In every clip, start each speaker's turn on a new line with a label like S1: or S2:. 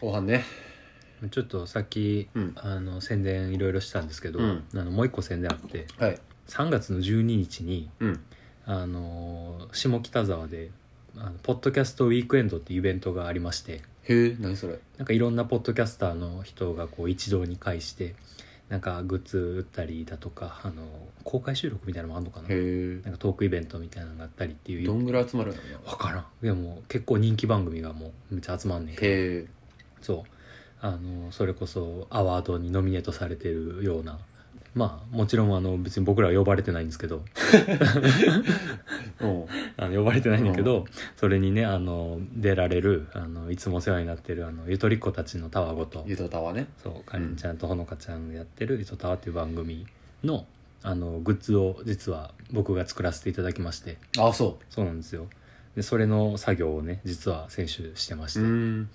S1: 後半ね
S2: ちょっとさっき、
S1: うん
S2: あの宣伝いろいろしたんですけど、
S1: うん
S2: あのもう一個宣伝あって
S1: はい
S2: 3月の12日に
S1: うん
S2: あの下北沢であのポッドキャストウィークエンドっていうイベントがありまして
S1: へえ何それ
S2: なんかいろんなポッドキャスターの人がこう一堂に会してなんかグッズ売ったりだとかあの公開収録みたいなのもあるのかな
S1: へ
S2: なんかトークイベントみたいなのがあったりって
S1: え
S2: い
S1: ど
S2: うん
S1: ぐらい集まるのよ
S2: 分からんでも結構人気番組がもうめっちゃ集まんねんけど
S1: へえ
S2: そうあのそれこそアワードにノミネートされてるようなまあもちろんあの別に僕らは呼ばれてないんですけど
S1: うん
S2: あの呼ばれてないんだけど、それにねあの出られるあのいつもお世話になってるあのゆとりっ子たちのたわごと
S1: ゆとたわね
S2: そうかりんちゃんとほのかちゃんがやってる「ゆとたわ」っていう番組のあのグッズを実は僕が作らせていただきまして
S1: あそ
S2: そうなんですよでそれの作業をね実は先週してまし
S1: う
S2: て、
S1: ん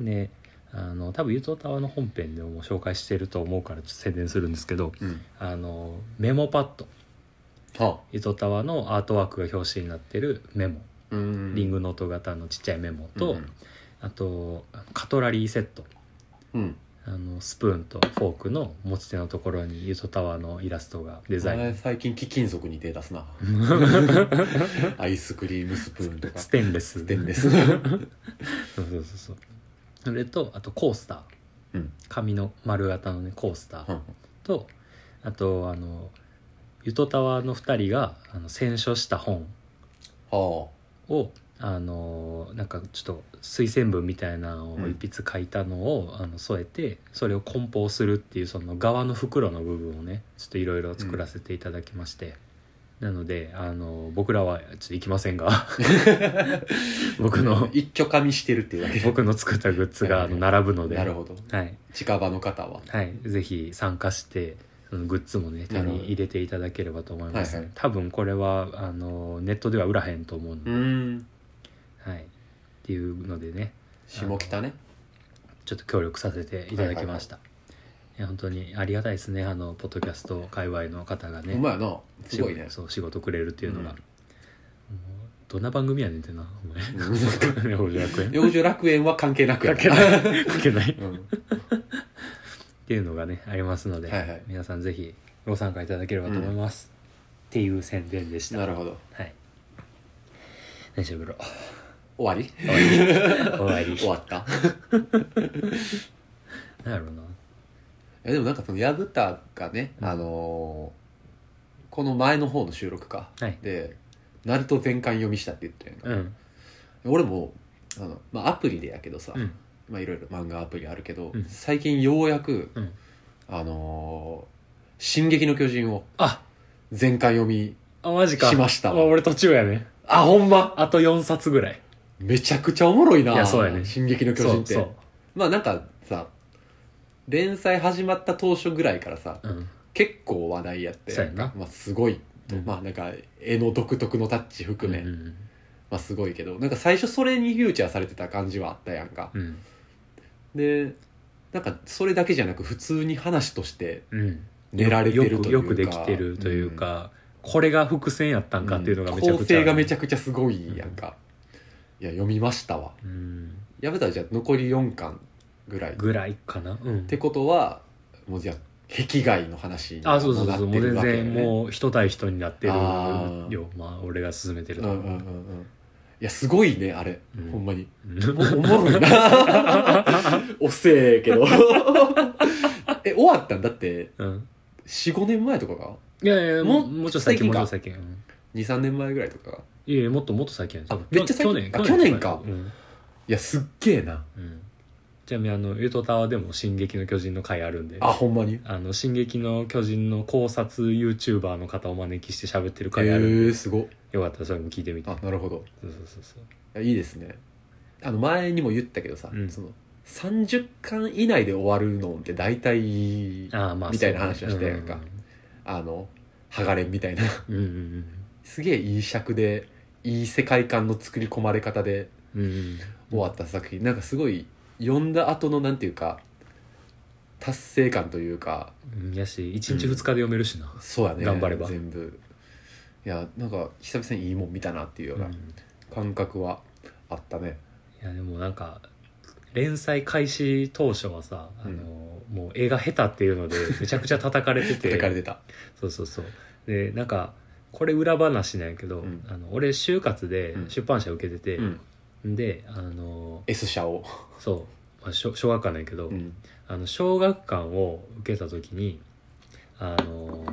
S2: であの多分ゆとたわの本編でも紹介してると思うからちょっと宣伝するんですけど
S1: うん
S2: あのメモパッド
S1: は
S2: ゆとたわのアートワークが表紙になってるメモ
S1: あうん
S2: リングノート型のちっちゃいメモと、
S1: うん
S2: あとカトラリーセット
S1: うん
S2: あのスプーンとフォークの持ち手のところにゆとたわのイラストがデ
S1: お
S2: ザイン
S1: 前最近貴金属に手出 すなアイスクリームスプーン とか
S2: ステンレス
S1: ステンレス
S2: そうそうそうそうそれとあとコースター
S1: うん
S2: 紙の丸型のねコースター、
S1: うん
S2: とあとあのゆとたわの2人があの選書した本
S1: は
S2: をあのなんかちょっと推薦文みたいなのを
S1: うん
S2: 一筆書いたのを、あの添えてそれを梱包するっていうその側の袋の部分をねちょっといろいろ作らせていただきまして、なのであの僕らはちょっと行きませんが 僕
S1: あ
S2: の
S1: 一挙加味してるっていうだけ
S2: 僕の作ったグッズがあの並ぶので
S1: なるほど
S2: はい
S1: 近場の方は
S2: はい、ぜひ参加してそのグッズもね手
S1: なるほ
S2: に
S1: ど
S2: 入れていただければと思います、
S1: はいはい
S2: 多分これはあのネットでは売らへんと思うので、
S1: うん
S2: はい、っていうのでね
S1: 下北ね
S2: ちょっと協力させていただきました、いや本当にありがたいですねあのポッドキャスト界隈の方が
S1: ほ
S2: ね
S1: んまやなすごいね
S2: 仕事そう仕事くれるっていうのが、
S1: うん
S2: もうどんな番組やねんってなお前
S1: うん
S2: 400円
S1: 幼女楽園は関係なくや
S2: かけ
S1: な
S2: ないかけないっ
S1: うん
S2: ていうのがねありますので、
S1: はいはい
S2: 皆さんぜひご参加いただければと思います、っていう宣伝でした
S1: なるほど
S2: はい。何しゃべろう。
S1: 終わり
S2: 終わり。
S1: 終わった
S2: なんやろうな。
S1: えでもなんかその薮田がね、あのーこの前の方の収録か、
S2: はい
S1: で「ナルト全巻読みした」って言ったやんか
S2: うん。
S1: 俺もあの、まあ、アプリでやけどさ、
S2: うん。
S1: まあいろいろ漫画アプリあるけど、
S2: うん
S1: 最近ようやく
S2: うん。
S1: 「あのー進撃の巨人」を
S2: あ
S1: 全巻読み
S2: あ、マジか。
S1: しました
S2: あ俺途中やね。
S1: あほんま
S2: あと4冊ぐらい。
S1: めちゃくちゃおもろいない
S2: やそうやね
S1: 進撃の巨人」って
S2: そう
S1: まあなんかさ連載始まった当初ぐらいからさ
S2: そう。うん。
S1: 結構話題やって
S2: そうやな
S1: まあ、すごいと、
S2: うん
S1: まあなんか絵の独特のタッチ含め、
S2: うんうん
S1: まあすごいけどなんか最初それにフューチャーされてた感じはあったやんか、
S2: うん。
S1: でなんかそれだけじゃなく普通に話として
S2: うん。うん
S1: 練られてるというか
S2: よくよくできてるというか、これが伏線やったんかっていうのがめちゃ
S1: 構
S2: くちゃ。
S1: 成がめちゃくちゃすごいやんか、いや読みましたわ
S2: うん。
S1: 矢部さんじゃあ残り4巻ぐらいっ
S2: ぐらいかな。うん。
S1: てことはもうじゃあ壁外の話に
S2: あ、そうそうそうそう。
S1: も
S2: も
S1: なって
S2: う全
S1: るわけ
S2: 然
S1: よね
S2: もう人対人になってる
S1: あー
S2: よ。まあ、俺が勧めてる
S1: う
S2: と。
S1: んうんうんうんいやすごいねあれ、
S2: うん
S1: ほんまに
S2: うん
S1: おおもろい な遅えけどえ終わったんだって
S2: うん。
S1: 45年前とかが
S2: いやいや、もう、
S1: も
S2: もうちょっと最近、も
S1: 最近
S2: う
S1: か
S2: ちょっと最
S1: 23
S2: 近。うん
S1: 年前ぐらいとかが
S2: いやいやもっともっと最近やで
S1: あ
S2: すよ
S1: めっちゃ最近あ去
S2: うん、
S1: いやすっげえな
S2: うんちなみにあの「ゆとたわ」でも「進撃の巨人」の回あるんで
S1: あ
S2: あ
S1: ほんまに
S2: の「進撃の巨人」の考察 YouTuber の方をお招きして喋ってる
S1: へえ
S2: 回あるんで、
S1: すご
S2: よかったらそれも聞いてみて
S1: あなるほど
S2: そうそうそうそう
S1: いやいいですねあの前にも言ったけどさ、
S2: うん
S1: その30巻以内で終わるのって大体あ
S2: あーまあ
S1: みたいな話をしたやんかのハガレンみたいな
S2: うんうんうん
S1: すげえいい尺でいい世界観の作り込まれ方で
S2: うんうん
S1: 終わった作品なんかすごい読んだ後のなんていうか達成感というか
S2: うんやし1日2日で読めるしな、
S1: そうやね
S2: 頑張れば
S1: 全部いやなんか久々にいいもん見たなっていうよう
S2: う
S1: なん
S2: い
S1: 感覚はあったね
S2: やでもなんか連載開始当初はさあの、もう絵が下手っていう のでめちゃくちゃ叩かれてて
S1: 叩かれてた
S2: そうそうそうでなんかこれ裏話なんやけど、
S1: うん
S2: あの俺就活で
S1: うん
S2: 出版社受けてて、
S1: うん
S2: であの
S1: S 社を、
S2: そう、まあ、小小学館なんやけど、
S1: うん
S2: あの小学館を受けた時にあの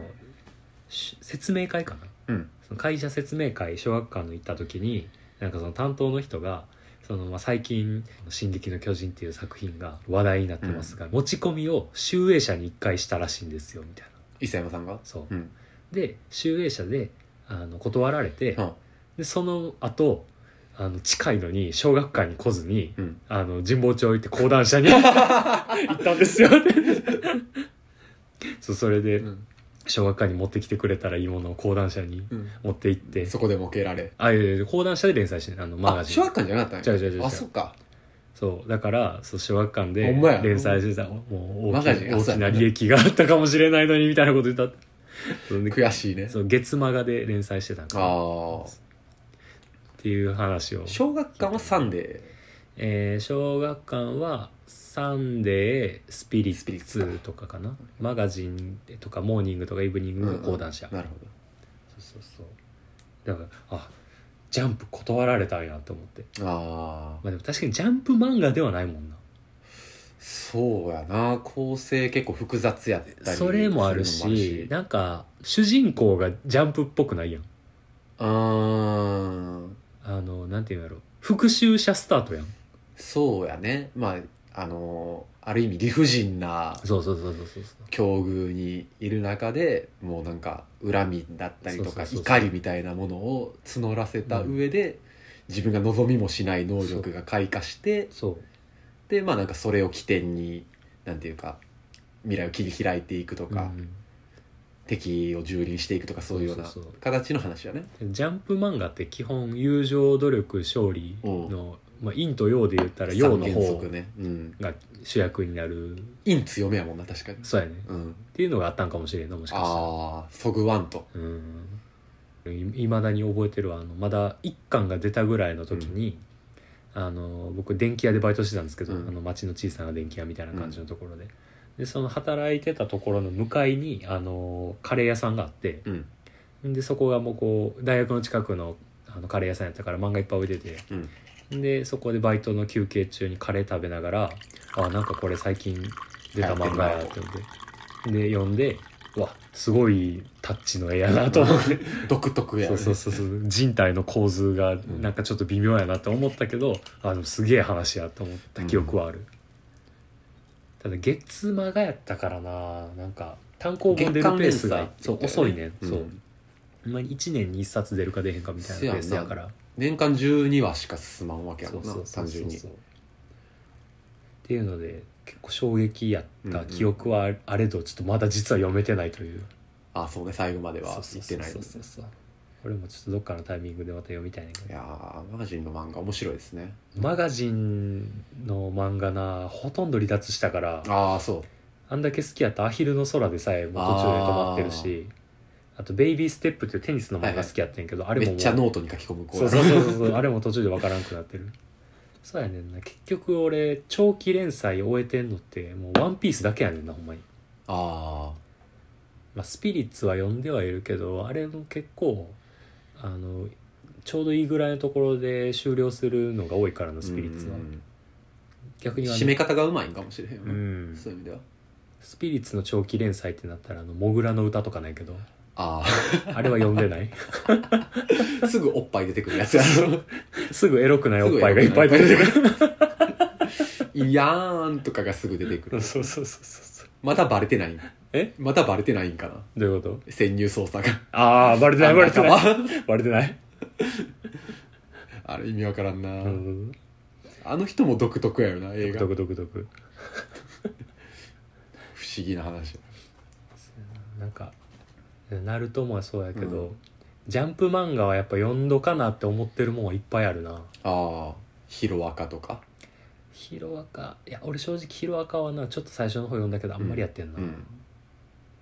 S2: し説明会かな
S1: うん
S2: その会社説明会小学館の行った時になんかその担当の人がその、まあ、最近「進撃の巨人」っていう作品が話題になってますが、持ち込みを集英社に1回したらしいんですよみたいな
S1: 伊佐山さんが
S2: そう
S1: うん
S2: で集英社であの断られて、
S1: うん
S2: でその後あの近いのに小学館に来ずに
S1: うん
S2: あの神保町行って講談社 に行ったんですよってそうそれで
S1: うん
S2: 小学館に持ってきてくれたらいいものを講談社に
S1: うん
S2: 持って行って、
S1: そこでも受けられ
S2: あいやいや講談社で連載してるあのマガ
S1: あ
S2: ジ
S1: 小
S2: ン
S1: 学館じゃなかったん
S2: 違う違う違う違う
S1: あそっか
S2: そうだからそう小学館
S1: ほ
S2: で
S1: んまや
S2: 連載してたもう
S1: マガ
S2: 大き
S1: ジン
S2: い
S1: あ
S2: 大
S1: そう
S2: き
S1: や
S2: な利益があったかもしれないのにみたいなこと言ったってそうで
S1: 悔しいね
S2: そう月マガで連載してたんか
S1: あ
S2: な
S1: あ
S2: っていう話を
S1: 小学館はサンデ
S2: えー小学館は「サンデースピリッツ」とかかなマガジンとか「モーニング」とか「イブニン
S1: ー
S2: グ」が講談社、
S1: うんなるほど
S2: そうそうそうだからあジャンプ断られたんやと思って
S1: ああ
S2: まあでも確かにジャンプ漫画ではないもんな
S1: そうやな構成結構複雑やったり
S2: それもある
S1: そうい
S2: し
S1: うのも
S2: なんか主人公がジャンプっぽくないやん
S1: あるしうーん
S2: あのなんていうんやろ復讐者スタートやん
S1: そうやねまああのある意味理不尽な
S2: そうそうそうそうそうそう
S1: 境遇にいる中でもうなんか恨みだったりとか
S2: そうそうそうそ
S1: 怒
S2: う
S1: りみたいなものを募らせた上で、自分が望みもしない能力が開花して
S2: そう
S1: でまあなんかそれを起点になんていうか未来を切り開いていくとか、
S2: うん
S1: 敵を蹂躙していくとかそういうような
S2: そうそうそう
S1: 形の話やね
S2: ジャンプ漫画って基本友情努力勝利の、まあ、陰と陽で言ったら陽
S1: 三
S2: の
S1: 原
S2: 方
S1: 則ね、うん、
S2: が主役になる
S1: 陰強めやもんな確かに、
S2: そうやねっ
S1: うん、
S2: ていうのがあったんかもしれんなもしかしたら
S1: ああそぐわんと
S2: うんいまだに覚えてるわあのまだ1巻が出たぐらいの時に、あの僕電気屋でバイトしてたんですけど、
S1: うん
S2: あの町の小さな電気屋みたいな感じのところで、でその働いてたところの向かいにあのカレー屋さんがあって、
S1: うん
S2: でそこがもうこう大学の近くのあのカレー屋さんやったから漫画いっぱい置いてて、でそこでバイトの休憩中にカレー食べながらあなんかこれ最近出た漫画やって思ってで読んでうわすごいタッチの絵やなと思って
S1: 独特や
S2: そ
S1: ね
S2: うそうそうそう人体の構図が
S1: ん
S2: なんかちょっと微妙やなと思ったけど、あでもすげえ話やと思った記憶はある、ただ月間がやったからななんか単行本出るペースが
S1: 月間連載
S2: そう遅いね、
S1: うん
S2: そうほんまに1年に1冊出るか出へんかみたいなペースやから
S1: 年間12話しか進まんわけや
S2: そ
S1: も
S2: うん
S1: な
S2: そうそう
S1: 単
S2: そ
S1: 純
S2: う
S1: に
S2: っていうので結構衝撃やった記憶はああれどちょっとまだ実は読めてないという
S1: あそうね最後までは
S2: そう
S1: 行ってない
S2: そうそうそうこれもちょっとどっかのタイミングでまた読みたいねんけ
S1: い
S2: ど
S1: やーマガジンの漫画面白いですね
S2: マガジンの漫画なほとんど離脱したから
S1: ああそう
S2: あんだけ好きやった「アヒルの空」でさえもう途中で止まってるしあと「ベイビーステップ」っていうテニスの漫画好きやってんけど、あれ
S1: め
S2: もも
S1: っ
S2: う
S1: ちゃノートに書き込む子
S2: そうそうそうそうそうあれも途中でわからんくなってるそうやねんな結局俺長期連載終えてんのってもう「ワンピースだけやねんなほんまに、
S1: あ
S2: まあ、スピリッツは読んではいるけどあれも結構あのちょうどいいぐらいのところで終了するのが多いからな
S1: あ
S2: スピリッツは
S1: うん
S2: 逆にあの
S1: 締め方がうまいんかもしれへんよ
S2: う
S1: ね
S2: ん
S1: そういう意味では
S2: スピリッツの長期連載ってなったらあの「モグラの歌」とかないけど
S1: あ
S2: あれは読んでない
S1: あすぐおっぱい出てくるやつやろ
S2: すぐエロくないおっぱいがいっぱい出てくる
S1: くるいやーんとかがすぐ出てく
S2: そう
S1: る
S2: そうそうそうそう
S1: まだバレてない
S2: え
S1: まだバレてないんかな
S2: どういうこと
S1: 潜入捜査が
S2: あ あバレてないバレてない
S1: い
S2: バレてない、
S1: あれ意味わからんな、
S2: うん
S1: あの人も独特やよな映画
S2: 独特独特
S1: 不思議な話
S2: なんか「ナルトもそうやけど、
S1: うん
S2: ジャンプ漫画はやっぱ読んどかなって思ってるもんはいっぱいあるな
S1: ああヒロアカとか
S2: ヒロアカいや俺正直ヒロアカはなちょっと最初の方読んだけどあんまりやってんな、
S1: うん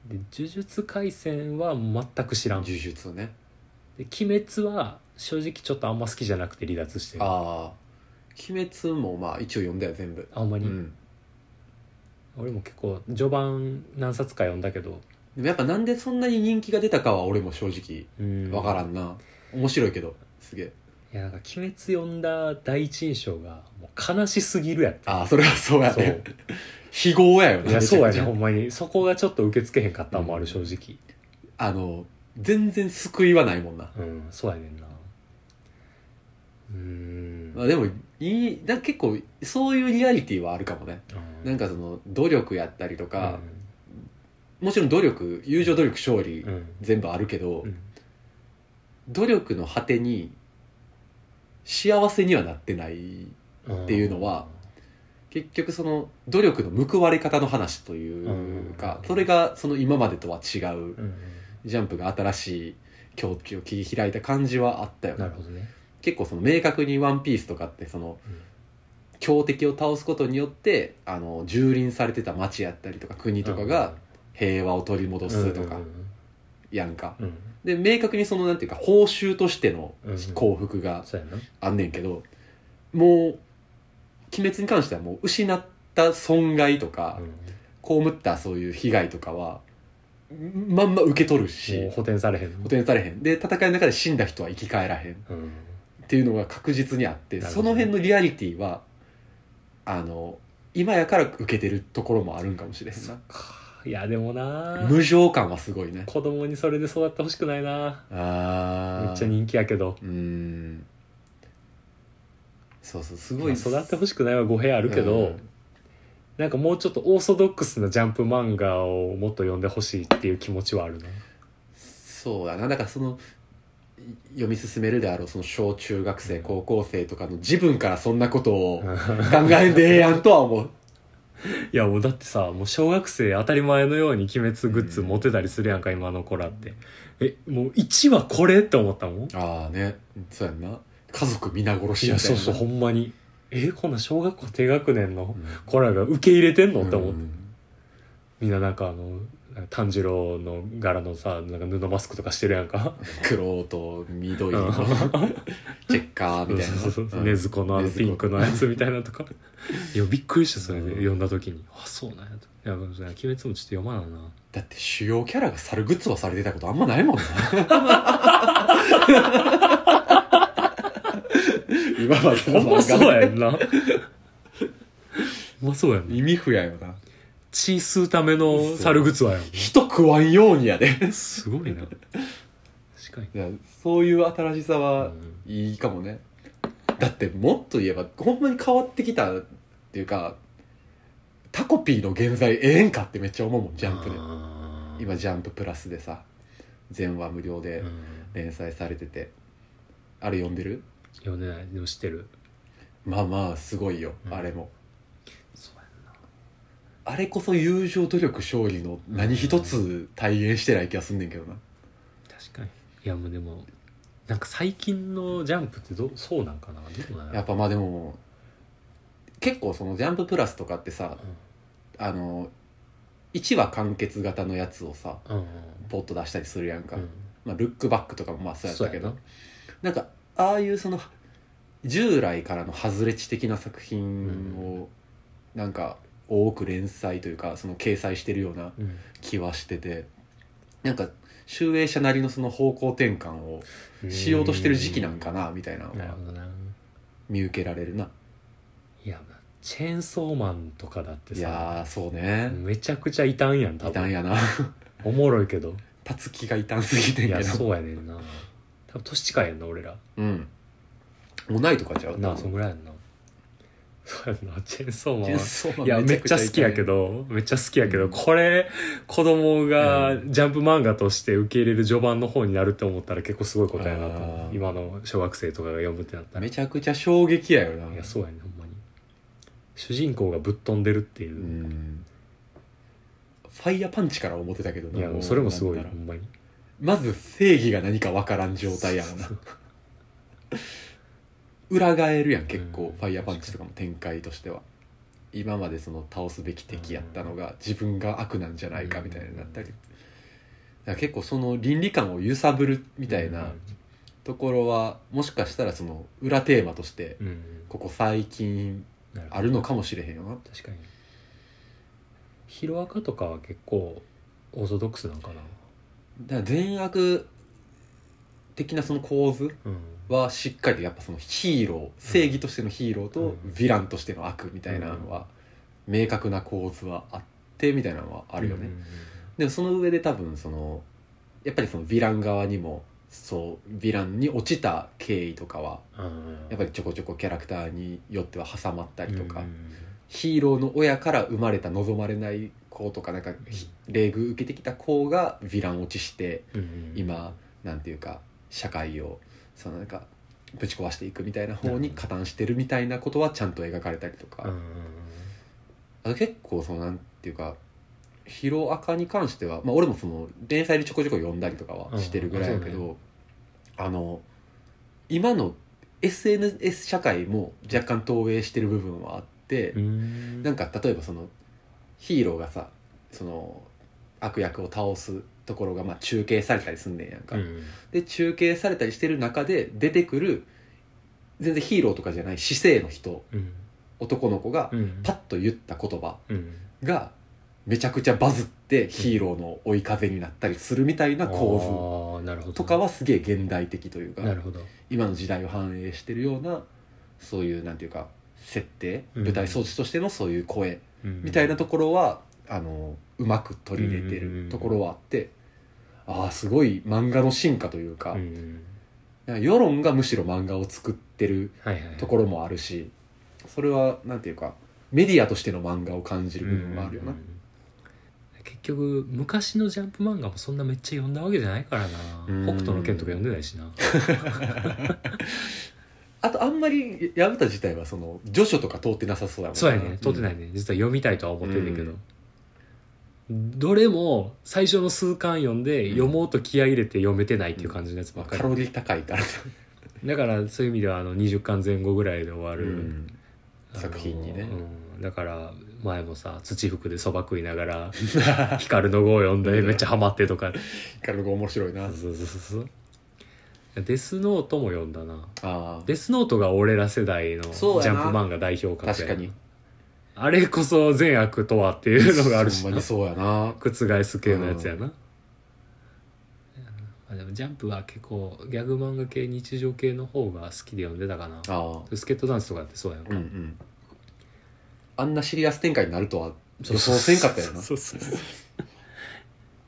S2: で呪術廻戦は全く知らんで
S1: 呪術ね
S2: 鬼滅は正直ちょっとあんま好きじゃなくて離脱してる
S1: ああ鬼滅もまあ一応読んだよ全部
S2: あほんま
S1: う
S2: に、
S1: ん
S2: 俺も結構序盤何冊か読んだけど
S1: でもやっぱなんでそんなに人気が出たかは俺も正直
S2: うん
S1: わからんな、面白いけどすげえ
S2: いやなんか「鬼滅」読んだ第一印象がもう悲しすぎる やって
S1: ああそれはそうや
S2: そう
S1: ね非業やよね
S2: いやそうやねほ
S1: ね
S2: んまにそこがちょっと受け付けへんかったのもある正直
S1: あの全然救いはないもんな、
S2: うんそうやねんなうーん
S1: まあ、でもいいだ結構そういうリアリティはあるかもね
S2: うん
S1: なんかその努力やったりとか、
S2: う
S1: もちろん努力友情努力勝利、
S2: んうん
S1: 全部あるけど、
S2: うん
S1: 努力の果てに幸せにはなってないっていうのは結局その努力の報われ方の話というか、
S2: うん
S1: それがその今までとは違う
S2: うん
S1: ジャンプが新しい境地を切り開いた感じはあったよね
S2: なるほどね
S1: 結構その明確に「ワンピースとかってその強敵を倒すことによってあの蹂躙されてた町やったりとか国とかが平和を取り戻すとか
S2: うんうん
S1: やんか
S2: うんうん
S1: で明確にそのなんていうか報酬としての
S2: うん
S1: 幸福が
S2: そうやな
S1: あんねんけどもう鬼滅に関してはもう失った損害とか、
S2: うん
S1: 被ったそういう被害とかはまんま受け取る
S2: もう
S1: し
S2: 補填されへん
S1: 補填されへんで戦いの中で死んだ人は生き返らへんっ
S2: うん
S1: ていうのが確実にあって、
S2: なる
S1: そ
S2: ほ
S1: の
S2: どね
S1: 辺のリアリティはあの今やから受けてるところもあるんかもしれへんな
S2: かいやでもな
S1: 無情感はすごいね
S2: 子供にそれで育ってほしくないな
S1: あー
S2: めっちゃ人気やけど
S1: うーんそうそうす
S2: ま
S1: ご
S2: あ
S1: い
S2: 育ってほしくないは語弊あるけど、
S1: うん
S2: なんかもうちょっとオーソドックスなジャンプ漫画をもっと読んでほしいっていう気持ちはあ るね
S1: そうだなだからそのい読み進めるであろうその小中学生高校生とかの自分からそんなことを考えんでええやんとは思う
S2: いやもうだってさもう小学生当たり前のように鬼滅グッズ持ってたりするやんか、今の子らってえもう1話これって思ったもん
S1: ああねそうやんな家族皆殺し
S2: い
S1: み
S2: や
S1: たい
S2: そう
S1: な
S2: そうほんまにえこんな小学校低学年の
S1: うん
S2: 子らが受け入れてんのって思って、
S1: うん
S2: みんななんかあの炭治郎の柄のさなんか布マスクとかしてるやんか
S1: 黒と緑
S2: う
S1: の
S2: ん
S1: チェッカーみたいな
S2: そうそうそう
S1: うん
S2: 禰豆子のあのピンクのやつみたいなとかいやびっくりしたそれで
S1: うん
S2: 読んだ時にあそうなんやといやでもそれ鬼滅もちょっと読まなな
S1: だって主要キャラが猿グッズはされてたことあんまないもん な今まで
S2: ほ
S1: の
S2: んま
S1: 漫
S2: そ
S1: 画
S2: うやんなほんまそうやんな
S1: 意味不やよな
S2: 血吸うための猿グッズはや
S1: 人食わんようにやで
S2: んすごいな確か
S1: い
S2: に、
S1: やそういう新しさ
S2: う
S1: は
S2: ん
S1: いいかもねだってもっと言えばほんまに変わってきたっていうかタコピーの現在ええんかってめっちゃ思うもんジャンプで
S2: あー
S1: 今ジャンププラスでさ全話無料で
S2: うん
S1: 連載されてて、あれ読んでる
S2: 読んでないでも知ってる
S1: まあまあすごいよ、
S2: うん
S1: あれも
S2: そう
S1: あれこそ友情努力勝利の何一つ体現してない気がすんねんけどな
S2: やん確かにいやもうでもなんか最近のジャンプってどうそうなんかなどうなん
S1: や
S2: や
S1: っぱまあでも結構そのジャンププラスとかってさ
S2: ろ
S1: あの1話完結型のやつをさ
S2: うんうん
S1: ポッと出したりするやんか、
S2: うん
S1: まあ、ルックバックとかもまあそうやっ
S2: そう
S1: た
S2: や
S1: け
S2: けど
S1: どなんかああいうその従来からの外れ値的な作品をなんか多く連載というかその掲載してるような
S2: うん
S1: 気はしててなんか集英社なりのその方向転換をしようとしてる時期なんかなみたいなの
S2: なる
S1: が
S2: ほどな
S1: 見受けられるない
S2: やチェーンソーマンとかだって
S1: い
S2: さ
S1: やーそうね
S2: めちゃくちゃ異端やん多
S1: 異端
S2: 分
S1: やな
S2: おもろい けど
S1: たつきが異端すぎて
S2: い
S1: んけ
S2: や
S1: ど
S2: そうやねんな多分年近いやんな俺ら
S1: うん同いとかちゃう
S2: なあそんぐらいやんなそうやんなチェーンソーマ
S1: ジ
S2: ン
S1: ェン
S2: は
S1: ソーマン
S2: いやめっちゃ
S1: 痛い
S2: 好きやけどめっちゃ好きやけど、
S1: うん
S2: これ子供が
S1: う
S2: ジャンプ漫画として受け入れる序盤の方になるって思ったら結構すごいことやなと思
S1: あ
S2: う
S1: ー
S2: 今の小学生とかが読むってなったら
S1: め
S2: い
S1: ちゃくちゃ衝撃やよな
S2: やそうやねほんまに主人公がぶっ飛んでるっていうう、
S1: んファイヤーパンチから思ってたけどない
S2: やもうそれもすごい
S1: な
S2: よ
S1: んなら
S2: ほんまに
S1: まず正義が何かわからん状態やもんな
S2: そう
S1: 裏返るやん結構、
S2: うん
S1: ファイヤーパンチとかも展開としては今までその倒すべき敵やったのが、自分が悪なんじゃないかみたいになったり、だから結構その倫理観を揺さぶるみたいなところはもしかしたらその裏テーマとして
S2: うんうん
S1: ここ最近
S2: なるほど
S1: あるのかもしれへんよな
S2: 確かにヒロアカとかは結構オーソドックスなんかな
S1: だから善悪的なその構図
S2: うん
S1: はしっかりとやっぱそのヒーロー正義としてのヒーロー
S2: うん
S1: とヴィランとしての悪みたいなのは明確な構図はあってみたいなのはあるよね、
S2: うん
S1: でもその上で多分そのやっぱりそのヴィラン側にもそうヴィランに落ちた経緯とかは
S2: うんうん
S1: やっぱりちょこちょこキャラクターによっては挟まったりとか、
S2: うんうん
S1: ヒーローの親から生まれた望まれない子とかなんかひ礼遇受けてきた子がヴィラン落ちして
S2: うんうん
S1: 今なんていうか社会をそのなんかぶち壊していくみたいな方に加担してるみたいなことはちゃんと描かれたりとか、
S2: うんうん
S1: あと結構そのなんていうか「ヒロアカ」に関しては、まあ、俺もその連載でちょこちょこ読んだりとかはしてるぐらいやけど、
S2: うんう
S1: あの今の SNS 社会も若干投影してる部分はあって、
S2: うん
S1: なんか例えばそのヒーローがさその悪役を倒すところがまあ中継されたりすんねんやんか。
S2: うんうん
S1: で中継されたりしてる中で出てくる全然ヒーローとかじゃない市政の人
S2: うん
S1: 男の子が
S2: うん
S1: パッと言った言葉
S2: うん
S1: がめちゃくちゃバズってヒーローの追い風になったりするみたいな構
S2: あーなるほど
S1: 図とかはすげえ現代的というか
S2: なるほど
S1: 今の時代を反映してるようなそういうなんていうか設定
S2: うん
S1: 舞台装置としてのそういう声み
S2: み
S1: たいなところはあのうまく取り入れて
S2: うんうんう
S1: る
S2: ん
S1: ところはあってああすごい漫画の進化というか
S2: うんうん
S1: なんか世論がむしろ漫画を作ってる
S2: はいはい
S1: ところもあるしそれはなんていうかメディアとしての漫画を感じる部分もあるよな。
S2: うんうんうん結局昔のジャンプ漫画もそんなめっちゃ読んだわけじゃないからな
S1: うん
S2: 北斗の拳とか読んでないしな
S1: あとあんまり矢蓋自体はその序書とか通ってなさそうだもんな、
S2: そうやね撮ってないいね、実は読みたいとは思ってんだけど、
S1: うん
S2: どれも最初の数巻読んで、
S1: うん
S2: 読もうと気合い入れて読めてないっていう感じのやつば
S1: まあ
S2: っか
S1: カ
S2: り、
S1: ロリー高いから
S2: だからそういう意味ではあの20巻前後ぐらいで終わ
S1: あ
S2: る、あの
S1: 作品にね
S2: うんだから前もさ土服でそば食いなが ら光の碁を読んでめっちゃハマってとか
S1: カロリー面白いな
S2: そうそうそうそうデスノートも読んだな
S1: あー
S2: デスノートが俺ら世代のジ
S1: そうや
S2: ャ
S1: な
S2: ンプ漫画代表格やな
S1: 確かに
S2: あれこそ善悪とはっていうのがあるし
S1: ほん
S2: な
S1: まにそうやな
S2: 覆す系のやつやな、あでもジャンプは結構ギャグ漫画系日常系の方が好きで読んでたかな
S1: ああ
S2: スケートダンスとかってそうやんか、
S1: うんうんあんなシリアス展開になるとは
S2: そ
S1: 予
S2: うそ
S1: 想
S2: う
S1: せんかったよな
S2: そうそうそ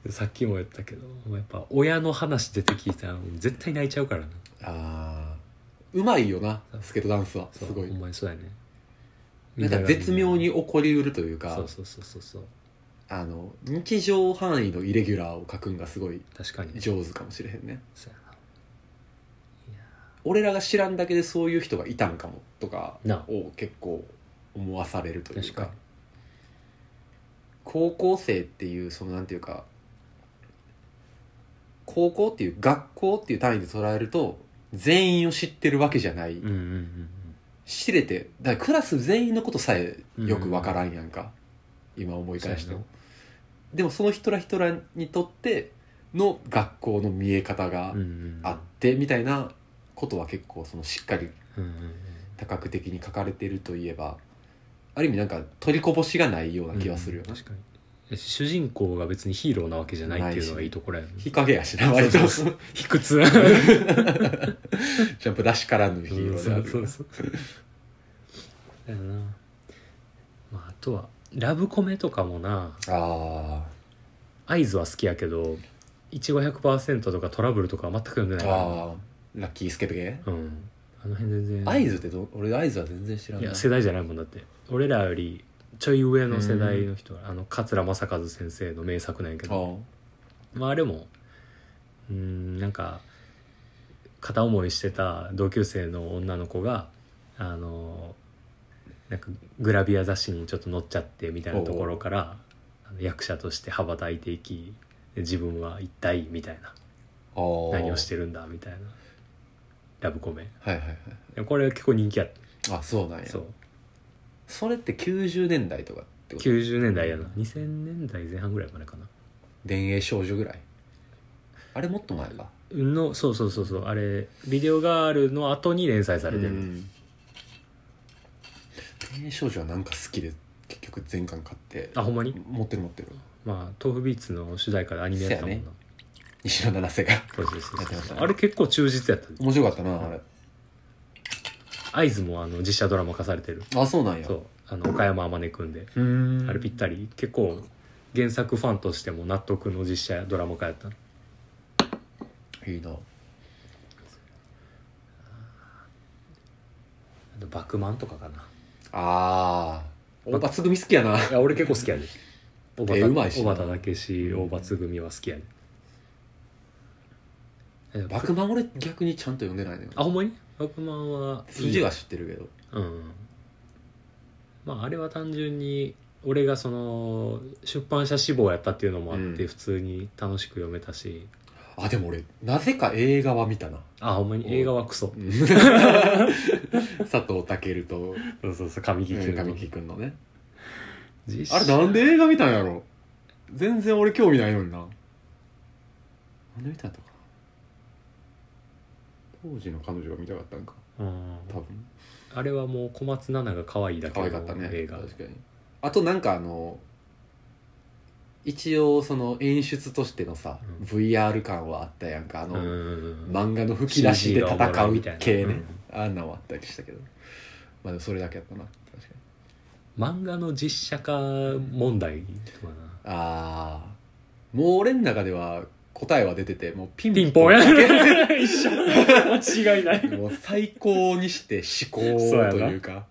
S2: うさっきも言ったけどやっぱ親の話出て聞いたら絶対泣いちゃうからな
S1: ああうまいよなスケートダンスはす
S2: そう
S1: ごい
S2: ほんまにそうやね
S1: なんか絶妙に
S2: そ
S1: 起こりうるというか
S2: うそうそうそうそう
S1: あの日常範囲のイレギュラーを書くんがすごい
S2: 確かに
S1: 上手かもしれへんね
S2: そうや
S1: 俺らが知らんだけでそういう人がいたんかもとか
S2: な
S1: を結構思わされるという
S2: 確か
S1: か
S2: に
S1: 高校生っていうそのなんていうか高校っていう学校っていう単位で捉えると全員を知ってるわけじゃない、
S2: うんうんうん
S1: 知れてだからクラス全員のことさえよくわからんやんか、今思い返して
S2: そうや
S1: もでもその人ら人らにとっての学校の見え方が
S2: うんうん
S1: あってみたいなことは結構そのしっかり
S2: うんうんうん
S1: 多角的に書かれてるといえばある意味なんか取りこぼしがないような気はするよ
S2: う
S1: な、
S2: ん確かにだし主人公が別にヒーローなわけじゃないっていうのがいいところやね
S1: 日陰やしな割と
S2: そう
S1: ジ
S2: そうそう卑屈
S1: ャンプらしからぬヒーローである
S2: そうそうそうだよなまああとはラブコメとかもな
S1: あ
S2: 合図は好きやけどいちご100%とかトラブルとかは全く読んで
S1: ー
S2: ないか
S1: あーラッキースケベゲ
S2: らうんあの辺全然
S1: 合図ってど俺合図は全然知ら
S2: い
S1: ない
S2: や世代じゃないもんだって俺らよりちょい上の世代の人はあの桂正和先生の名作なんやけ
S1: あ
S2: ど
S1: ー
S2: まああれもうーんなんか片思いしてた同級生の女の子があのなんかグラビア雑誌にちょっと載っちゃってみたいなところからあの役者として羽ばたいていきで自分は一体みたいな
S1: あー
S2: 何をしてるんだみたいなラブコメ
S1: はいはいはい
S2: でこれ結構人気やっ
S1: あそうなんや
S2: たそう
S1: それって90年代とかってこと
S2: 90年代やな2000年代前半ぐらいまでかな
S1: 電影少女ぐらいあれもっと前か
S2: のそうそうそうそうあれビデオガールの後に連載されてる、
S1: うん天然少女はなんか好きで結局全巻買って
S2: あほんまに
S1: 持ってる持ってる
S2: まあ豆腐ビーツの主題歌でアニメやったもんな、
S1: せや西野七瀬が
S2: そうそうそう
S1: やってまし
S2: そ
S1: た
S2: う
S1: ね
S2: あれ結構忠実やった
S1: 面白かったなあれ
S2: 合図もあの実写ドラマ化されてる
S1: あそうなんや
S2: そうあの岡山天音くんで、
S1: うーん
S2: あれぴったり結構原作ファンとしても納得の実写ドラマ化やった
S1: いいな
S2: あとバクマンとかかな
S1: あー大抜組好きやない
S2: や俺結構好きやで小
S1: えうまいし
S2: 小
S1: な
S2: 畑武史大罰組は好きやでえ
S1: バクマン俺逆にちゃんと読んでないのよ
S2: あほんまにバクマンは
S1: 筋は知ってるけど
S2: うんまああれは単純に俺がその出版社志望やったっていうのもあって
S1: うん
S2: 普通に楽しく読めたし、
S1: あでも俺なぜか映画は見たな
S2: あほんまに映画はクソ
S1: うん 佐藤健と
S2: そうそうそう神木君の
S1: 神木君のね
S2: 実
S1: あれ
S2: 写
S1: なんで映画見たんやろ全然俺興味ないのにななんで見たんやったかな当時の彼女が見たかったんか
S2: うん
S1: 多分
S2: あれはもう小松菜奈が可愛いだけ
S1: 可
S2: の
S1: 愛かったね
S2: 映画
S1: 確かにあとなんかあの一応その演出としてのさ、
S2: うん
S1: VR 感はあったやんかあの、
S2: うん
S1: 漫画の吹き出しで戦う系
S2: CG がおもろい
S1: ね
S2: みたいな、
S1: あんなんはあったりしたけどまあでもそれだけやったな確かに
S2: 漫画の実写化問題と
S1: あ
S2: かな
S1: あもう俺の中では答えは出ててもうピン
S2: ピンポンやる一緒間違いない
S1: もう最高にして思考
S2: そうやな
S1: というか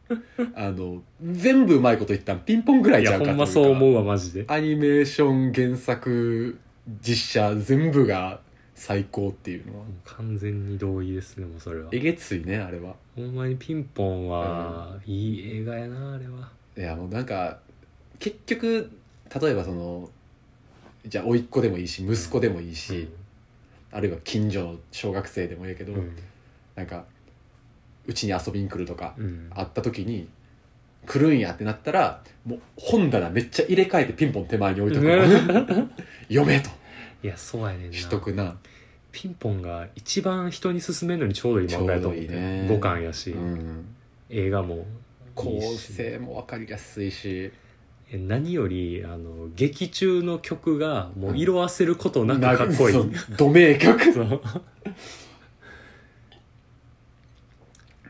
S1: あの全部うまいこと言ったんピンポンぐらい
S2: い
S1: ちゃ
S2: や
S1: うか
S2: ほ
S1: とい
S2: ん
S1: う
S2: ま
S1: か
S2: そう思うわマジで
S1: アニメーション原作実写全部が最高っていうのは
S2: もう完全に同意ですねもうそれは
S1: えげついねあれは
S2: ほんまにピンポンは、いい映画やなあれはい
S1: やもうなんか結局例えばそのじゃあ甥っ子でもいいし息子でもいいし、あるいは近所の小学生でもいいけど、
S2: うん
S1: なんかうちに遊びに来るとか、
S2: うん
S1: 会った時に来るんやってなったらもう本棚めっちゃ入れ替えてピンポン手前に置いとくの読めと
S2: いやそうやねん
S1: しと
S2: な
S1: くな、
S2: ピンポンが一番人に勧めるのにちょうどいい漫画やと思う
S1: ちょうどいいね
S2: 5巻やし、
S1: うん、
S2: 映画もい
S1: 構
S2: いし
S1: 成も分かりやすいし
S2: え何よりあの劇中の曲がもう色あせることなくかっこいい、
S1: なんかそうド名曲
S2: そう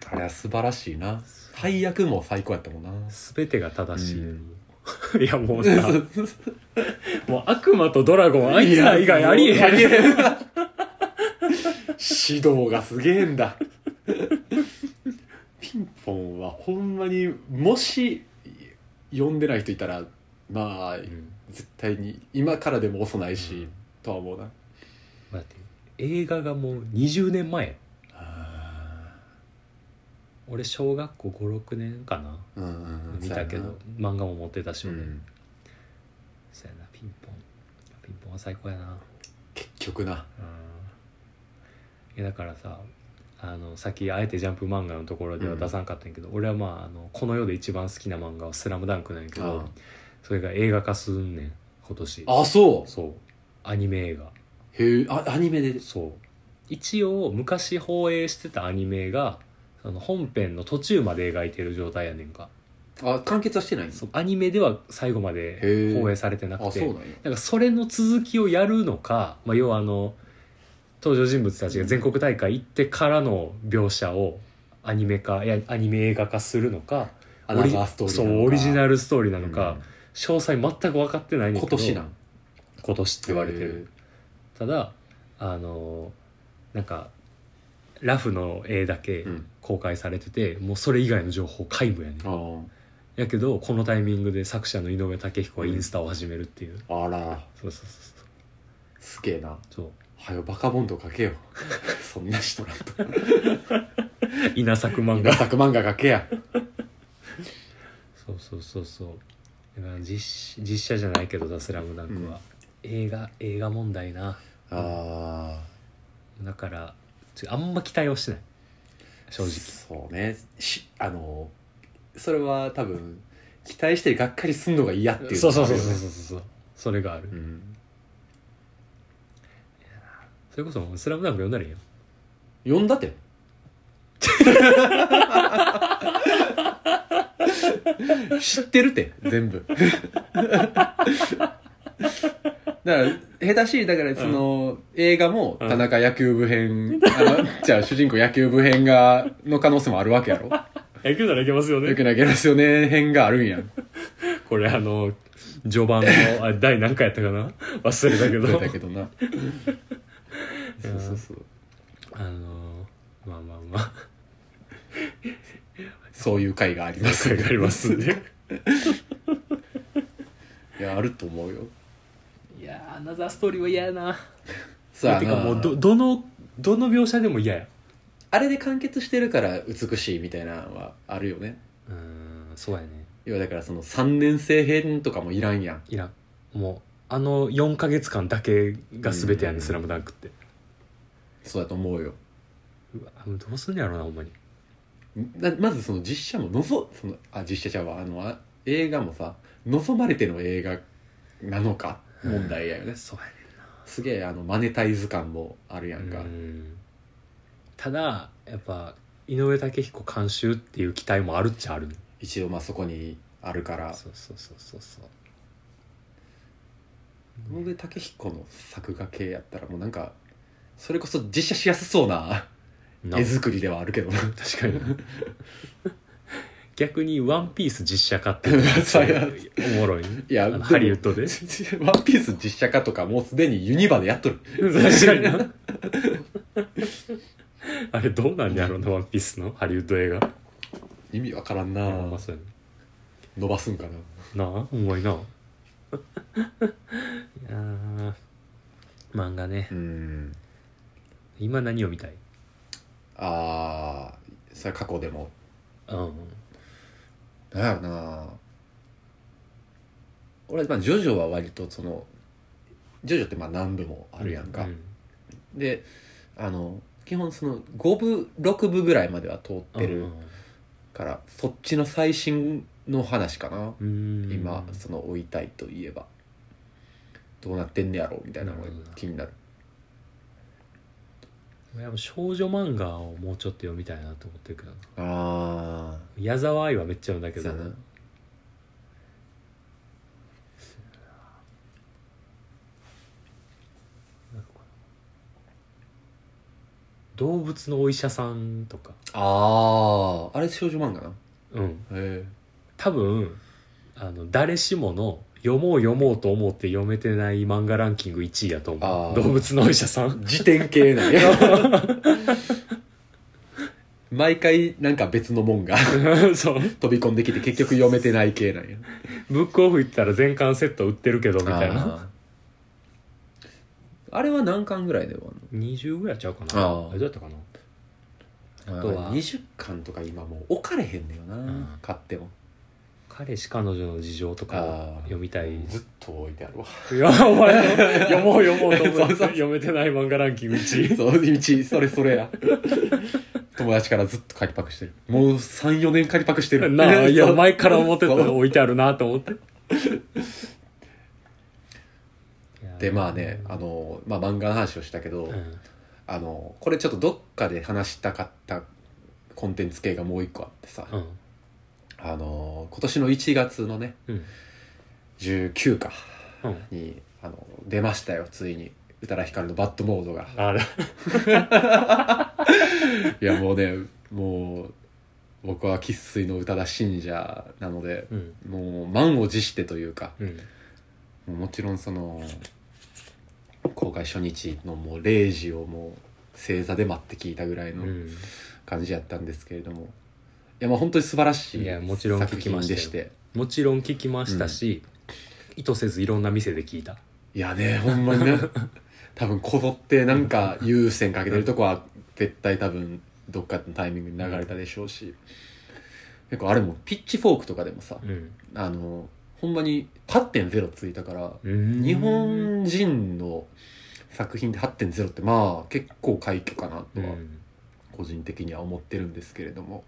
S1: あれは素晴らしいな配役も最高やったもんな
S2: 全てが正しい、
S1: う
S2: いやもう さ
S1: そうそう
S2: もう悪魔とドラゴンあいつら以外ありえ
S1: いや
S2: へん
S1: もうありえへん指導がすげえんだピンポンはほんまにもし読んでない人いたらまあ
S2: うん
S1: 絶対に今からでも遅ないし、
S2: うん
S1: とは思うな
S2: だって映画がもう20年前俺小学校56年かな
S1: うんうんうん
S2: 見たけど漫画も持ってたし
S1: そう
S2: 俺、
S1: やなうん
S2: そうやなピンポンピンポンは最高やな
S1: 結局な
S2: うんいやだからさあのさっきあえてジャンプ漫画のところでは出さんかったんやけど、俺はまああのこの世で一番好きな漫画は「スラムダンクなんやけど
S1: あ
S2: それが映画化すんねん今年
S1: あそう
S2: そうアニメ映画
S1: へえあアニメで
S2: そう一応昔放映してたアニメがその本編の途中まで描いてる状態やねんか
S1: あ完結はしてないの
S2: そうアニメでは最後まで
S1: へえ
S2: 放映されてな
S1: あ
S2: く
S1: そ
S2: て
S1: うなんや
S2: なんかそれの続きをやるのか、まあ、要はあの登場人物たちが全国大会行ってからの描写をアニメ化いやアニメ映画化するのか
S1: アナザーストーリー
S2: そ
S1: なのか
S2: うオリジナ
S1: ル
S2: ルストーリーなのか、詳細全く分かってないねん
S1: 今
S2: けど
S1: 年なんって
S2: 今年って言われてるただあのなんかラフの絵だけ
S1: うん
S2: 公開されてて、もうそれ以外の情報皆無やねん
S1: あー
S2: やけどこのタイミングで作者の井上武彦はインスタを始めるっていう、
S1: あら
S2: そうそうそう
S1: すげえな
S2: そうそう
S1: はよバカボンド書けよ そんな人なんと
S2: 稲作漫
S1: 稲
S2: 画
S1: 作漫画書けや
S2: そうそうそうそうだから実実写じゃないけどさ「スラムダンクは、映画映画問題な
S1: あ
S2: だからちょあんま期待をしてない正直
S1: そうねしあのそれは多分期待してがっかりすんのが嫌っていう
S2: そうそうそうそう
S1: う
S2: そうそうそれがある、
S1: うん
S2: それこそ「スラムダンク読んだらいいよ
S1: 読んだて 知ってるて全部 だから下手しいだからその、映画も田中野球部編、あの じゃあ主人公野球部編がの可能性もあるわけや ろ
S2: 野球ならいけますよ
S1: よく投げますよね編があるんやん
S2: これあの序盤のあ第何回やったかな忘れたけ
S1: そ
S2: ど
S1: うだけどなそうそうそう
S2: あのまあまあまあ
S1: そういう回がありま
S2: 何
S1: す
S2: 回かありますんで
S1: いやあると思うよ
S2: いやーアナザーストーリーは嫌やな
S1: さあ
S2: てか
S1: な
S2: もうどどのどの描写でも嫌や
S1: あれで完結してるから美しいみたいなのはあるよね
S2: うーんそうやね
S1: 要はだからその3年生編とかもいらんやん
S2: いらんもうあの4か月間だけが全てやね
S1: うん
S2: 「スラムダンクって
S1: そうだと思うよ
S2: うわもうどうすんねやろうなほんまに
S1: なまずその実写ものぞそのあ実写ちゃうわあのあ映画もさ望まれての映画なのか問題やよね、
S2: そうやね
S1: すげえあのマネタイズ感もあるやんか、
S2: うんただやっぱ井上武彦監修っていう期待もあるっちゃあるね
S1: 一応まあそこにあるから
S2: そうそうそうそうそう
S1: 井上武彦の作画系やったらもうなんかそれこそ実写しやすそうな
S2: な
S1: 絵作りではあるけどな
S2: 確かに逆に「ワンピース実写化って
S1: そうや
S2: おもろいね
S1: いや
S2: あ
S1: で
S2: の
S1: も
S2: ハリウッドで
S1: ワンピース実写化とかもうすでにユニバでやっとる
S2: 確かになあれどうなんやろうな「ワンピースのハリウッド映画
S1: 意味わからんな、
S2: まあそうやね
S1: 伸ばすんかな
S2: なあおもろいないやー漫画ね
S1: うん
S2: 今何を見たい
S1: ああそれ過去でも
S2: うん
S1: なんやろな俺まあジョジョは割とそのジョジョってまあ何部もあるやんか、
S2: う
S1: であの基本その5部6部ぐらいまでは通ってるから、そっちの最新の話かな、
S2: うん
S1: 今その追いたいといえばどうなってんねやろうみたいなのが気になる
S2: いやもう少女漫画をもうちょっと読みたいなと思ってるけどな
S1: ああ
S2: 矢沢愛はめっちゃ読んだけど
S1: そうやな
S2: 動物のお医者さんとか
S1: あああれ少女漫画なへ
S2: うん
S1: え
S2: 多分あの誰しもの読もう読もうと思って読めてない漫画ランキング1位やと思
S1: あ
S2: う
S1: ー
S2: 動物のお医者さん
S1: 辞典系なんや 毎回なんか別のもんが
S2: そう
S1: 飛び込んできて結局読めてない系なんや
S2: ブックオフ行ったら全巻セット売ってるけどみたいな
S1: あーあれは何巻ぐらいで終わる
S2: 20ぐらいちゃうかな
S1: あー
S2: あれどうやったかな
S1: の
S2: あとは
S1: 20巻とか今もう置かれへんねよな、
S2: ん
S1: 買っても
S2: 彼氏彼女の事情とか
S1: あー
S2: 読みたい
S1: ずっと置いてあるわ
S2: いやお前の読もう読もうと思っ
S1: そうそ
S2: て
S1: う
S2: 読めてない漫画ランキング1位
S1: そう道それそれ や友達からずっと借りパクしてるもう34年借りパクしてる
S2: なあいや
S1: そう
S2: 前から思ってた
S1: そう
S2: 置いてあるなと思って
S1: でまあねあの、まあ、漫画の話をしたけど、
S2: うん
S1: あのこれちょっとどっかで話したかったコンテンツ系がもう一個あってさ、
S2: うん
S1: あの今年の1月のね
S2: うん
S1: 19か
S2: うん
S1: にあの出ましたよついに宇多田ヒカルの「バッドモード が」
S2: あれ
S1: いやもうねもう僕は生っ粋の宇多田信者なので
S2: うん
S1: もう満を持してというか
S2: うん
S1: もうもちろんその公開初日のもう0時をもう正座で待って聞いたぐらいうの
S2: ん
S1: 感じやったんですけれどもいやまあ本当に素晴らしい
S2: いやもちろん聞
S1: 作
S2: きま
S1: 品
S2: したよ
S1: でして
S2: もちろん聞きましたし意図せずいろんな店で聞いた
S1: いやねほんまにね 多分こぞってなんか優先かけてるとこは絶対多分どっかのタイミングに流れたでしょうし結構あれもピッチフォークとかでもさ
S2: うん
S1: あのほんまに8.0ついたから
S2: うん
S1: 日本人の作品で8.0ってまあ結構快挙かな
S2: う
S1: とは
S2: ん
S1: 個人的には思ってるんですけれども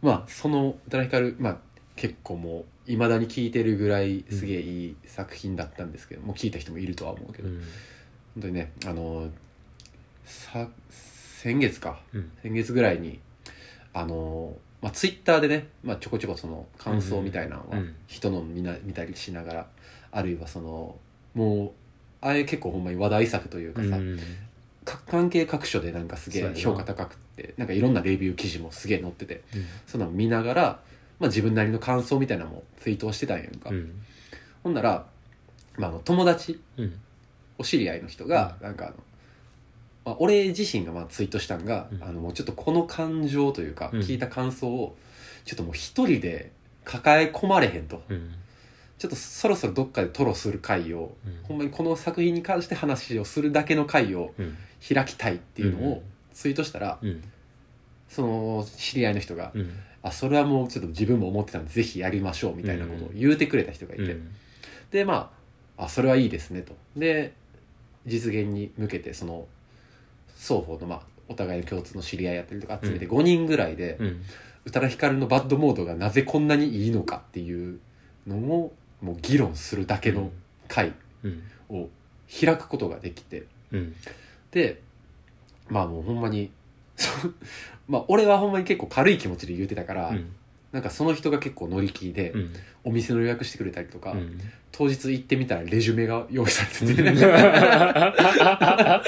S1: まあその「宇多田ヒカル」まあ結構もういまだに聴いてるぐらいすげえいい作品だったんですけど、もう聴いた人もいるとは思うけ
S2: う
S1: ど、
S2: ん
S1: 本当にねあのさ先月か
S2: うん
S1: 先月ぐらいにあの、まあ、ツイッターでね、まあ、ちょこちょこその感想みたいなのは
S2: うん
S1: 人の見な見たりしながらあるいはそのもうああいう結構ほんまに話題作というか
S2: う
S1: さ、
S2: ん
S1: か関係各所でなんかすげ
S2: そう
S1: え
S2: やな
S1: 評価高くてなんかいろんなレビュー記事もすげえ載っててそんなの見ながら、まあ、自分なりの感想みたいなのもツイートをしてたんやんか、
S2: うん
S1: ほんなら、まあ、あの友達
S2: うん
S1: お知り合いの人が、なんかあの、まあ、俺自身がまあツイートしたんが、
S2: うん
S1: あのもうちょっとこの感情というか、
S2: うん
S1: 聞いた感想をちょっともう一人で抱え込まれへんと
S2: うん
S1: ちょっとそろそろどっかで吐露する会を、
S2: うん
S1: ほんまにこの作品に関して話をするだけの会を
S2: うん
S1: 開きたいっていうのをツイートしたら、
S2: うん
S1: その知り合いの人が、
S2: うん
S1: あそれはもうちょっと自分も思ってたんでぜひやりましょうみたいなことを言うてくれた人がいて、
S2: うん
S1: でまああそれはいいですねとで実現に向けてその双方のまあお互いの共通の知り合いやったりとか集めて
S2: う
S1: 5人ぐらいで
S2: うん
S1: 宇多田ヒカルのバッドモードがなぜこんなにいいのかっていうのをもう議論するだけの会
S2: うん
S1: を開くことができて
S2: うん
S1: でまあもうほんまに そうまあ俺はほんまに結構軽い気持ちで言うてたから、
S2: うん
S1: なんかその人が結構乗り気で、
S2: うん
S1: お店の予約してくれたりとか、
S2: うん
S1: 当日行ってみたらレジュメが用意されてて まあ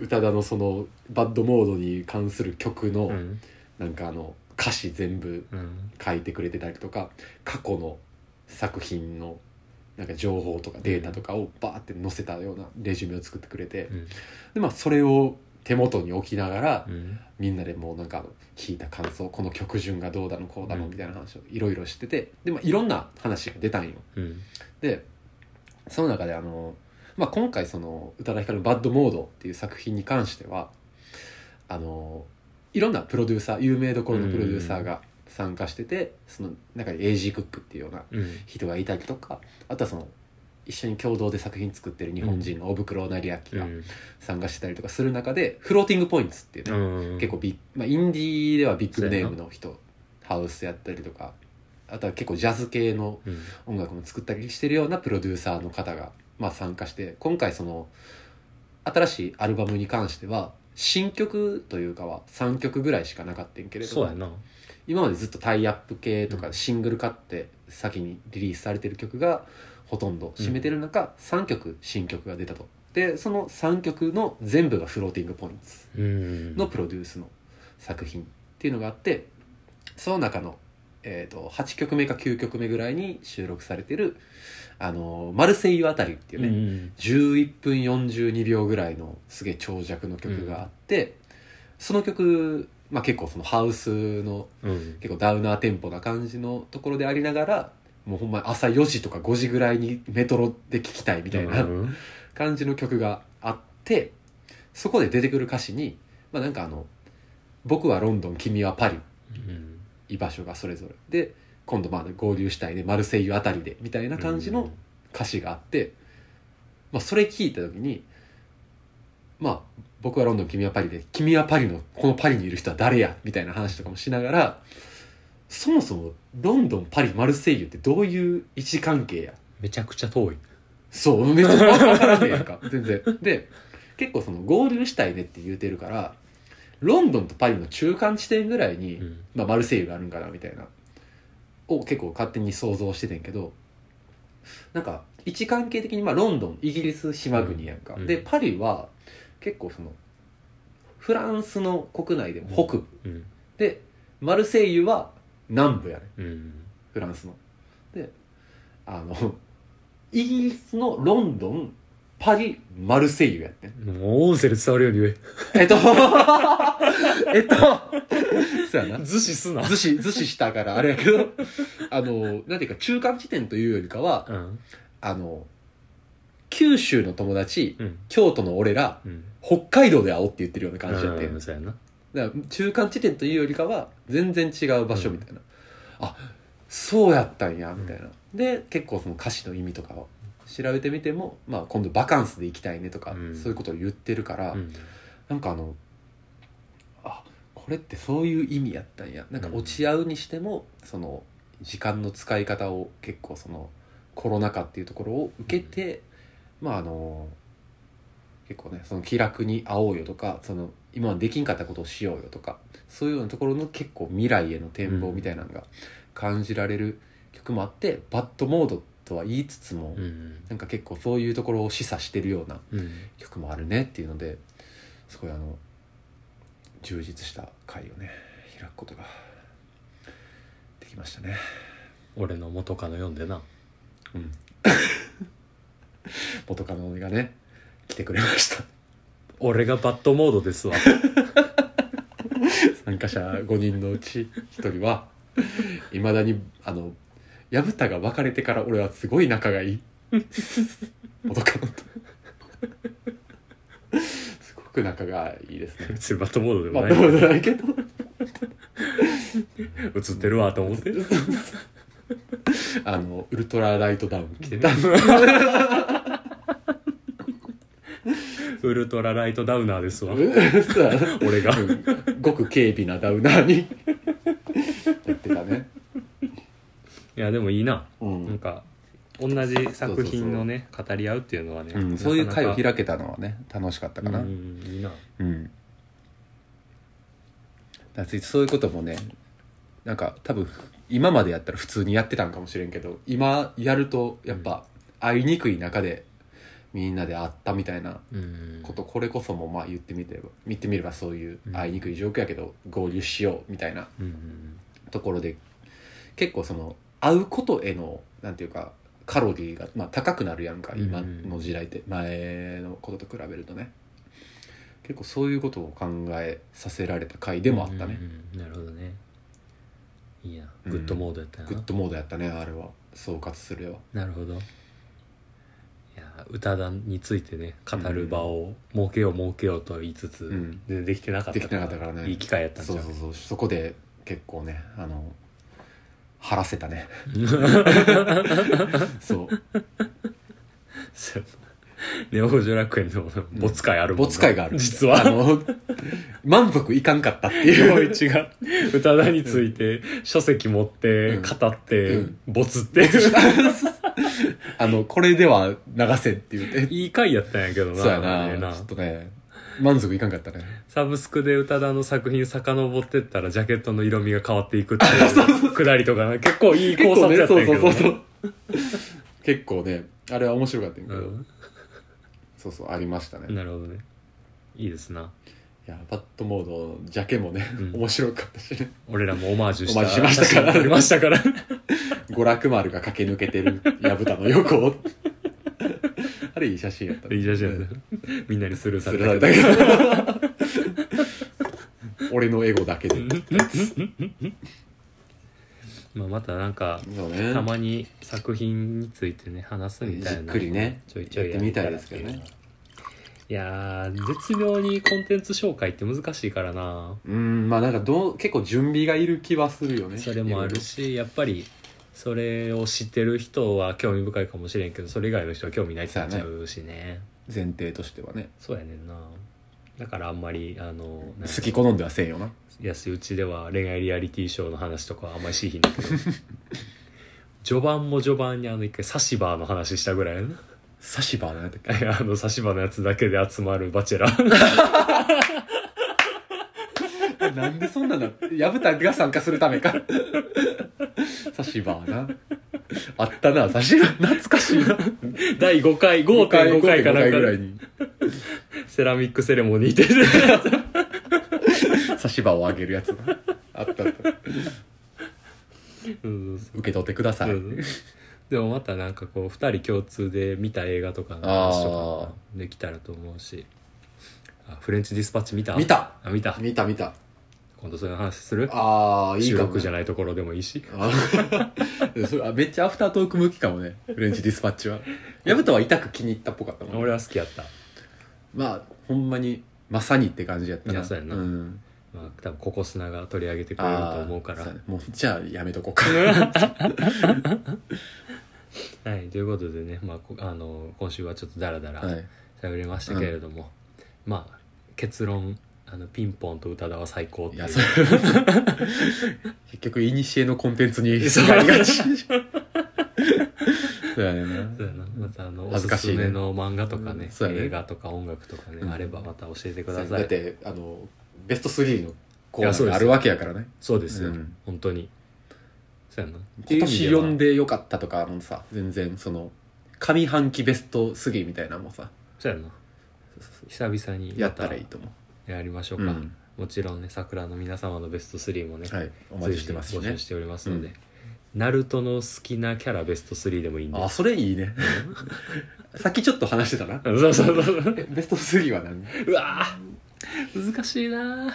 S1: 宇多田のそのバッドモードに関する曲の
S2: うん
S1: なんかあの歌詞全部
S2: うん
S1: 書いてくれてたりとか過去の作品のなんか情報とかデータとかをバーって載せたようなレジュメを作ってくれて
S2: うん
S1: でまあそれを手元に置きながら
S2: うん
S1: みんなでもうなんかあの聞いた感想この曲順がどうだのこうだの
S2: うん
S1: みたいな話をいろいろしててでまあいろんな話が出たんよ。
S2: うん
S1: でその中であの、まあ、今回その宇多田ヒカルの「バッドモード」っていう作品に関してはあのいろんなプロデューサー有名どころのプロデューサーが参加しててその中にエイジー・クックっていうような
S2: うん
S1: 人がいたりとかあとはその一緒に共同で作品作ってる日本人のお袋成明
S2: う
S1: が
S2: ん
S1: 参加してたりとかする中で「フローティング・ポイントっていうね、
S2: うん
S1: 結構ビッ、まあ、インディーではビッグネームの人ハウスやったりとかあとは結構ジャズ系の
S2: うん
S1: 音楽も作ったりしてるようなプロデューサーの方が、まあ、参加して今回その新しいアルバムに関しては新曲というかは3曲ぐらいしかなかったんけれど
S2: そう
S1: も
S2: やな
S1: 今までずっとタイアップ系と
S2: う
S1: か
S2: ん
S1: シングル買って先にリリースされてる曲がほとんど占めてる中、3曲新曲が出たとでその3曲の全部がフローティングポイント
S2: うん
S1: のプロデュースの作品っていうのがあってその中の、えー、と8曲目か9曲目ぐらいに収録されてる「あのマルセイユあたり」っていうね、
S2: うん
S1: 11分42秒ぐらいのすげえ長尺の曲があって、その曲、まあ、結構そのハウスの
S2: うん
S1: 結構ダウナーテンポな感じのところでありながらもうほんま朝4時とか5時ぐらいにメトロで聴きたいみたいな
S2: うん
S1: 感じの曲があってそこで出てくる歌詞に、まあ、なんかあの「僕はロンドン君はパリ
S2: うん
S1: 居場所がそれぞれ」で今度まあ合流したいねマルセイユあたりでみたいな感じの歌詞があって、まあ、それ聞いた時に「まあ僕はロンドン君はパリで君はパリのこのパリにいる人は誰や?」みたいな話とかもしながらそもそもロンドンパリマルセイユってどういう位置関係や
S2: めちゃくちゃ遠い
S1: そう、めっちゃ分からんねやんか、 全然。で、結構その合流したいねって言うてるから、ロンドンとパリの中間地点ぐらいに、
S2: うん
S1: まあ、マルセイユがあるんかな、みたいな、を結構勝手に想像しててんけど、なんか、位置関係的に、まあ、ロンドン、イギリス、島国やんか。
S2: うん
S1: で、パリは、結構その、フランスの国内でも北部。
S2: うん
S1: で、マルセイユは南部やねん
S2: うん
S1: フランスの。であのイギリスのロンドンパリマルセイユやってん
S2: もう音声で伝わるように言
S1: えっと えっと そうや
S2: え
S1: な
S2: 図示すな
S1: 図示図示したからあれやけどあのなんていうか中間地点というよりかは
S2: うん
S1: あの九州の友達
S2: うん
S1: 京都の俺ら
S2: うん
S1: 北海道で会おうって言ってるような感じやってん
S2: うんそうやな
S1: だから中間地点というよりかは全然違う場所みたいな、あそうやったんやみたいな、で結構その歌詞の意味とかを調べてみても、まあ、今度バカンスで行きたいねとか、
S2: うん
S1: そういうことを言ってるから、
S2: うん
S1: なんかあのあこれってそういう意味やったんやなんか
S2: うん
S1: 落ち合うにしてもその時間の使い方を結構そのコロナ禍っていうところを受けて、まああの結構ねその気楽に会おうよとかその今までできんかったことをしようよとかそういうようなところの結構未来への展望みたいなのが感じられる曲もあって、バッドモードとは言いつつも、
S2: うん
S1: なんか結構そういうところを示唆してるような
S2: うん
S1: 曲もあるねっていうのですごいあの充実した回をね開くことができましたね。
S2: 俺の元カノ読んでな
S1: うん、 元カノがね来てくれました
S2: 俺がバッドモードですわ
S1: 参加者5人のうち1人はいまだにあの薮田が別れてから俺はすごい仲がいい元カノとすごく仲がいいですね
S2: 別にバッドモードで
S1: ま
S2: も
S1: あ
S2: な
S1: ど う
S2: い
S1: じゃないけど
S2: 映ってるわと思って
S1: あのウルトラライトダウン着てた
S2: ウルトラライトダウナーですわ俺が
S1: うんごく軽微なダウナーにやってたね、
S2: いやでもいいな
S1: う
S2: なん
S1: ん
S2: か同じ作品のね語り合うっていうのはね、
S1: うんそういう会を
S2: く
S1: 開けたのはね楽しかったかな、
S2: いいな
S1: うん、だしそういうこともねなんか多分今までやったら普通にやってたんかもしれんけど今やるとやっぱ会いにくい中でみんなで会ったみたいな
S2: うん
S1: ことこれこそもまあ言ってみれば見てみればそういう会いにくい状況やけど合流しようみたいな
S2: うん
S1: ところで結構その会うことへのなんていうかカロリーが、まあ、高くなるやんか
S2: うん
S1: 今の時代って、前のことと比べるとね結構そういうことを考えさせられた回でもあったね、
S2: うんなるほどねいいな
S1: うん
S2: グッドモードやったな、
S1: グッドモードやったねあれは総括するよ
S2: なるほどいや歌だについてね語る場を設けよう設けようと言いつつ、
S1: うん
S2: 全然できてなかった
S1: できてなかったからね
S2: いい機会やったんじ
S1: そ
S2: ゃ
S1: うそうそうそこで結構ねあの晴らせた ねそう
S2: そうネオ五条楽園でも没会あるもんな
S1: 没会がある
S2: 実は
S1: あの満足いかんかったっていう
S2: 陽一 が宇多田について書籍持って
S1: うん
S2: 語って
S1: うん
S2: 没って
S1: あのこれでは流せって言って
S2: いい回やったんやけどな
S1: そうや
S2: あれ
S1: な。ちょっとね、満足いかんかった ね。
S2: サブスクで宇多田の作品遡ってったらジャケットの色味が変わっていくっていうくだりとかな結構いい考察やったんやけど
S1: そう
S2: な
S1: そうそうそう。結構ね、あれは面白かったんやけど、そうそう、ありましたね。
S2: うん
S1: い
S2: なるほどねいいですな
S1: や、バッドモードのジャケもね、
S2: うん
S1: 面白かったしね。
S2: 俺らもオマージュした
S1: オマージュしましたから
S2: 写真撮りまし たから
S1: 娯楽丸が駆け抜けてる矢蓋の横 を。あれいい写真やったね、
S2: いい写真やったみんなにスルーさ
S1: す
S2: れ
S1: る
S2: た
S1: だ
S2: け
S1: け
S2: ど
S1: ど。俺のエゴだけで。
S2: まあまたなんか
S1: そうね。
S2: たまに作品についてね話すみたいな
S1: じっくりね
S2: ちょいちょい
S1: やってみたいですけどね
S2: やりたいないやー絶妙にコンテンツ紹介って難しいからな
S1: うん、まあなんかどう、結構準備がいる気はするよね。
S2: それもあるしやっぱりそれを知ってる人は興味深いかもしれんけどそれ以外の人は興味ないってなっちゃうしね
S1: 前提としてはね。
S2: そうやねんなだからあんまりあのなんか
S1: 好き好んではせんよな。
S2: 安いうちでは恋愛リアリティショーの話とかはあんまりしひんだ けど序盤も序盤にあの一回サシバーの話したぐらいやな
S1: サシバーなんだっけ
S2: え あの、差し歯のやつだけで集まるバチェラー。
S1: なんでそんなの薮田が参加するためかサシバーなあったなサシバー懐かしいな
S2: 第5回、5.5回かなんか
S1: ぐら
S2: で
S1: いに
S2: セラミックセレモニーで。
S1: サシバーをあげるやつなあったあった
S2: うんそう
S1: 受け取ってください、
S2: そうでもまたなんかこう、2人共通で見た映画とかの話とかできたらと思うし。あ、フレンチディスパッチ見た
S1: 見た
S2: あ、見た。
S1: 見た見た
S2: 今度そういう話する
S1: ああいい
S2: 収
S1: か
S2: 録
S1: も
S2: じゃ
S1: ない
S2: ないところでもいいし。
S1: そ れあめっちゃアフタートーク向きかもねフレンチディスパッ チは薮田は痛く気に入ったっぽかったもん
S2: 俺は好きやった。
S1: まあほんまにまさにって感じやった
S2: いやそうやな
S1: うん
S2: まあ、多分ココスナが取り上げてくれると思うか
S1: あー
S2: ら
S1: そ。ねもうじゃあやめとこ うか
S2: はい、ということでね、まあこ、あの、今週はちょっとダラダラ。
S1: はい
S2: 喋りましたけれども、まあ結論あのピンポンと宇多田は最高って
S1: い
S2: い
S1: や、
S2: う
S1: そ れ 結局、いにしえのコンテンツに、がち。そうそうやねんな
S2: そうやなまたあのお
S1: 恥
S2: す
S1: ずか
S2: す
S1: しいね
S2: めの漫画とかね
S1: うんそうやね
S2: 映画とか音楽とかね、
S1: うん
S2: あればまた教えてく
S1: だ
S2: ださい
S1: ってあのベスト3のコーナ
S2: いやそ
S1: ー
S2: う
S1: が
S2: で
S1: あ
S2: す
S1: るわけやからね
S2: そうですよ、
S1: うん
S2: 本当にそうやな
S1: 今年読ん
S2: で
S1: でよかったとかもさ全然その上半期ベスト3みたいなのもさ
S2: そうやな久々に
S1: やったらいいと思
S2: やりましょう
S1: う、
S2: か、
S1: うん
S2: もちろんね桜の皆様のベスト3もね、
S1: はい、お待ちしてますし
S2: 随時募
S1: ね
S2: 集しておりますので、
S1: うん
S2: ナルトの好きなキャラベスト3でもいいんで
S1: あそれいいね さっきちょっと話してたな
S2: そうそうそう そう
S1: えベスト3は何
S2: うわー難しいな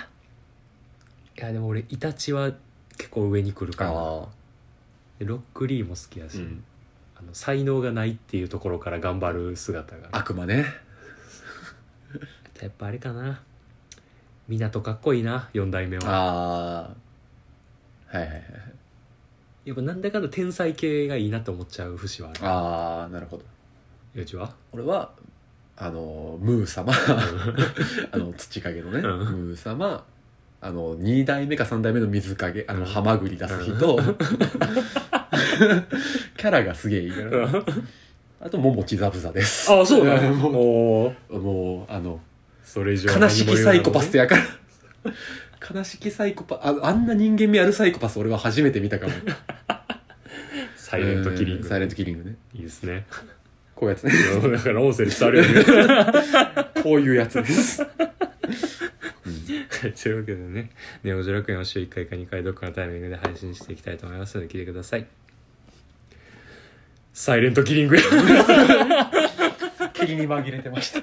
S2: ーいやでも俺イタチは結構上に来るかな
S1: あ
S2: でロックリーも好きや
S1: う
S2: し、
S1: ん
S2: あの才能がないっていうところから頑張る姿が
S1: 悪魔ね
S2: やっぱあれかな港かっこいいな4代目は
S1: ああはいはいはい
S2: やっぱなんだかんだ天才系がいいなと思っちゃう節はある
S1: ああなるほど
S2: よち は
S1: 俺はあのムー様あの土影のね、
S2: うん
S1: ムー様あの2代目か3代目の水影あ
S2: うん
S1: のハマグリ出す人、 キャラがすげえいいからあと桃地ザブザです
S2: あそうだ、ね、
S1: んも
S2: もう
S1: うもうあの
S2: それ以上は
S1: 悲しきサイコパス
S2: や
S1: やから悲しきサイコパああんな人間味あるサイコパス俺は初めて見たかも
S2: サイレントキリン
S1: うん
S2: グ
S1: サイレントキリングね
S2: いいですね
S1: こういうやつ ね
S2: だから音声で伝わるよ うに言う
S1: こういうやつで す、
S2: というわけでね「ネオジョ楽園」を週1回か2回どっかのタイミングで配信していきたいと思いますので聞いてくださいサイレントキリングや
S1: 霧に紛れてました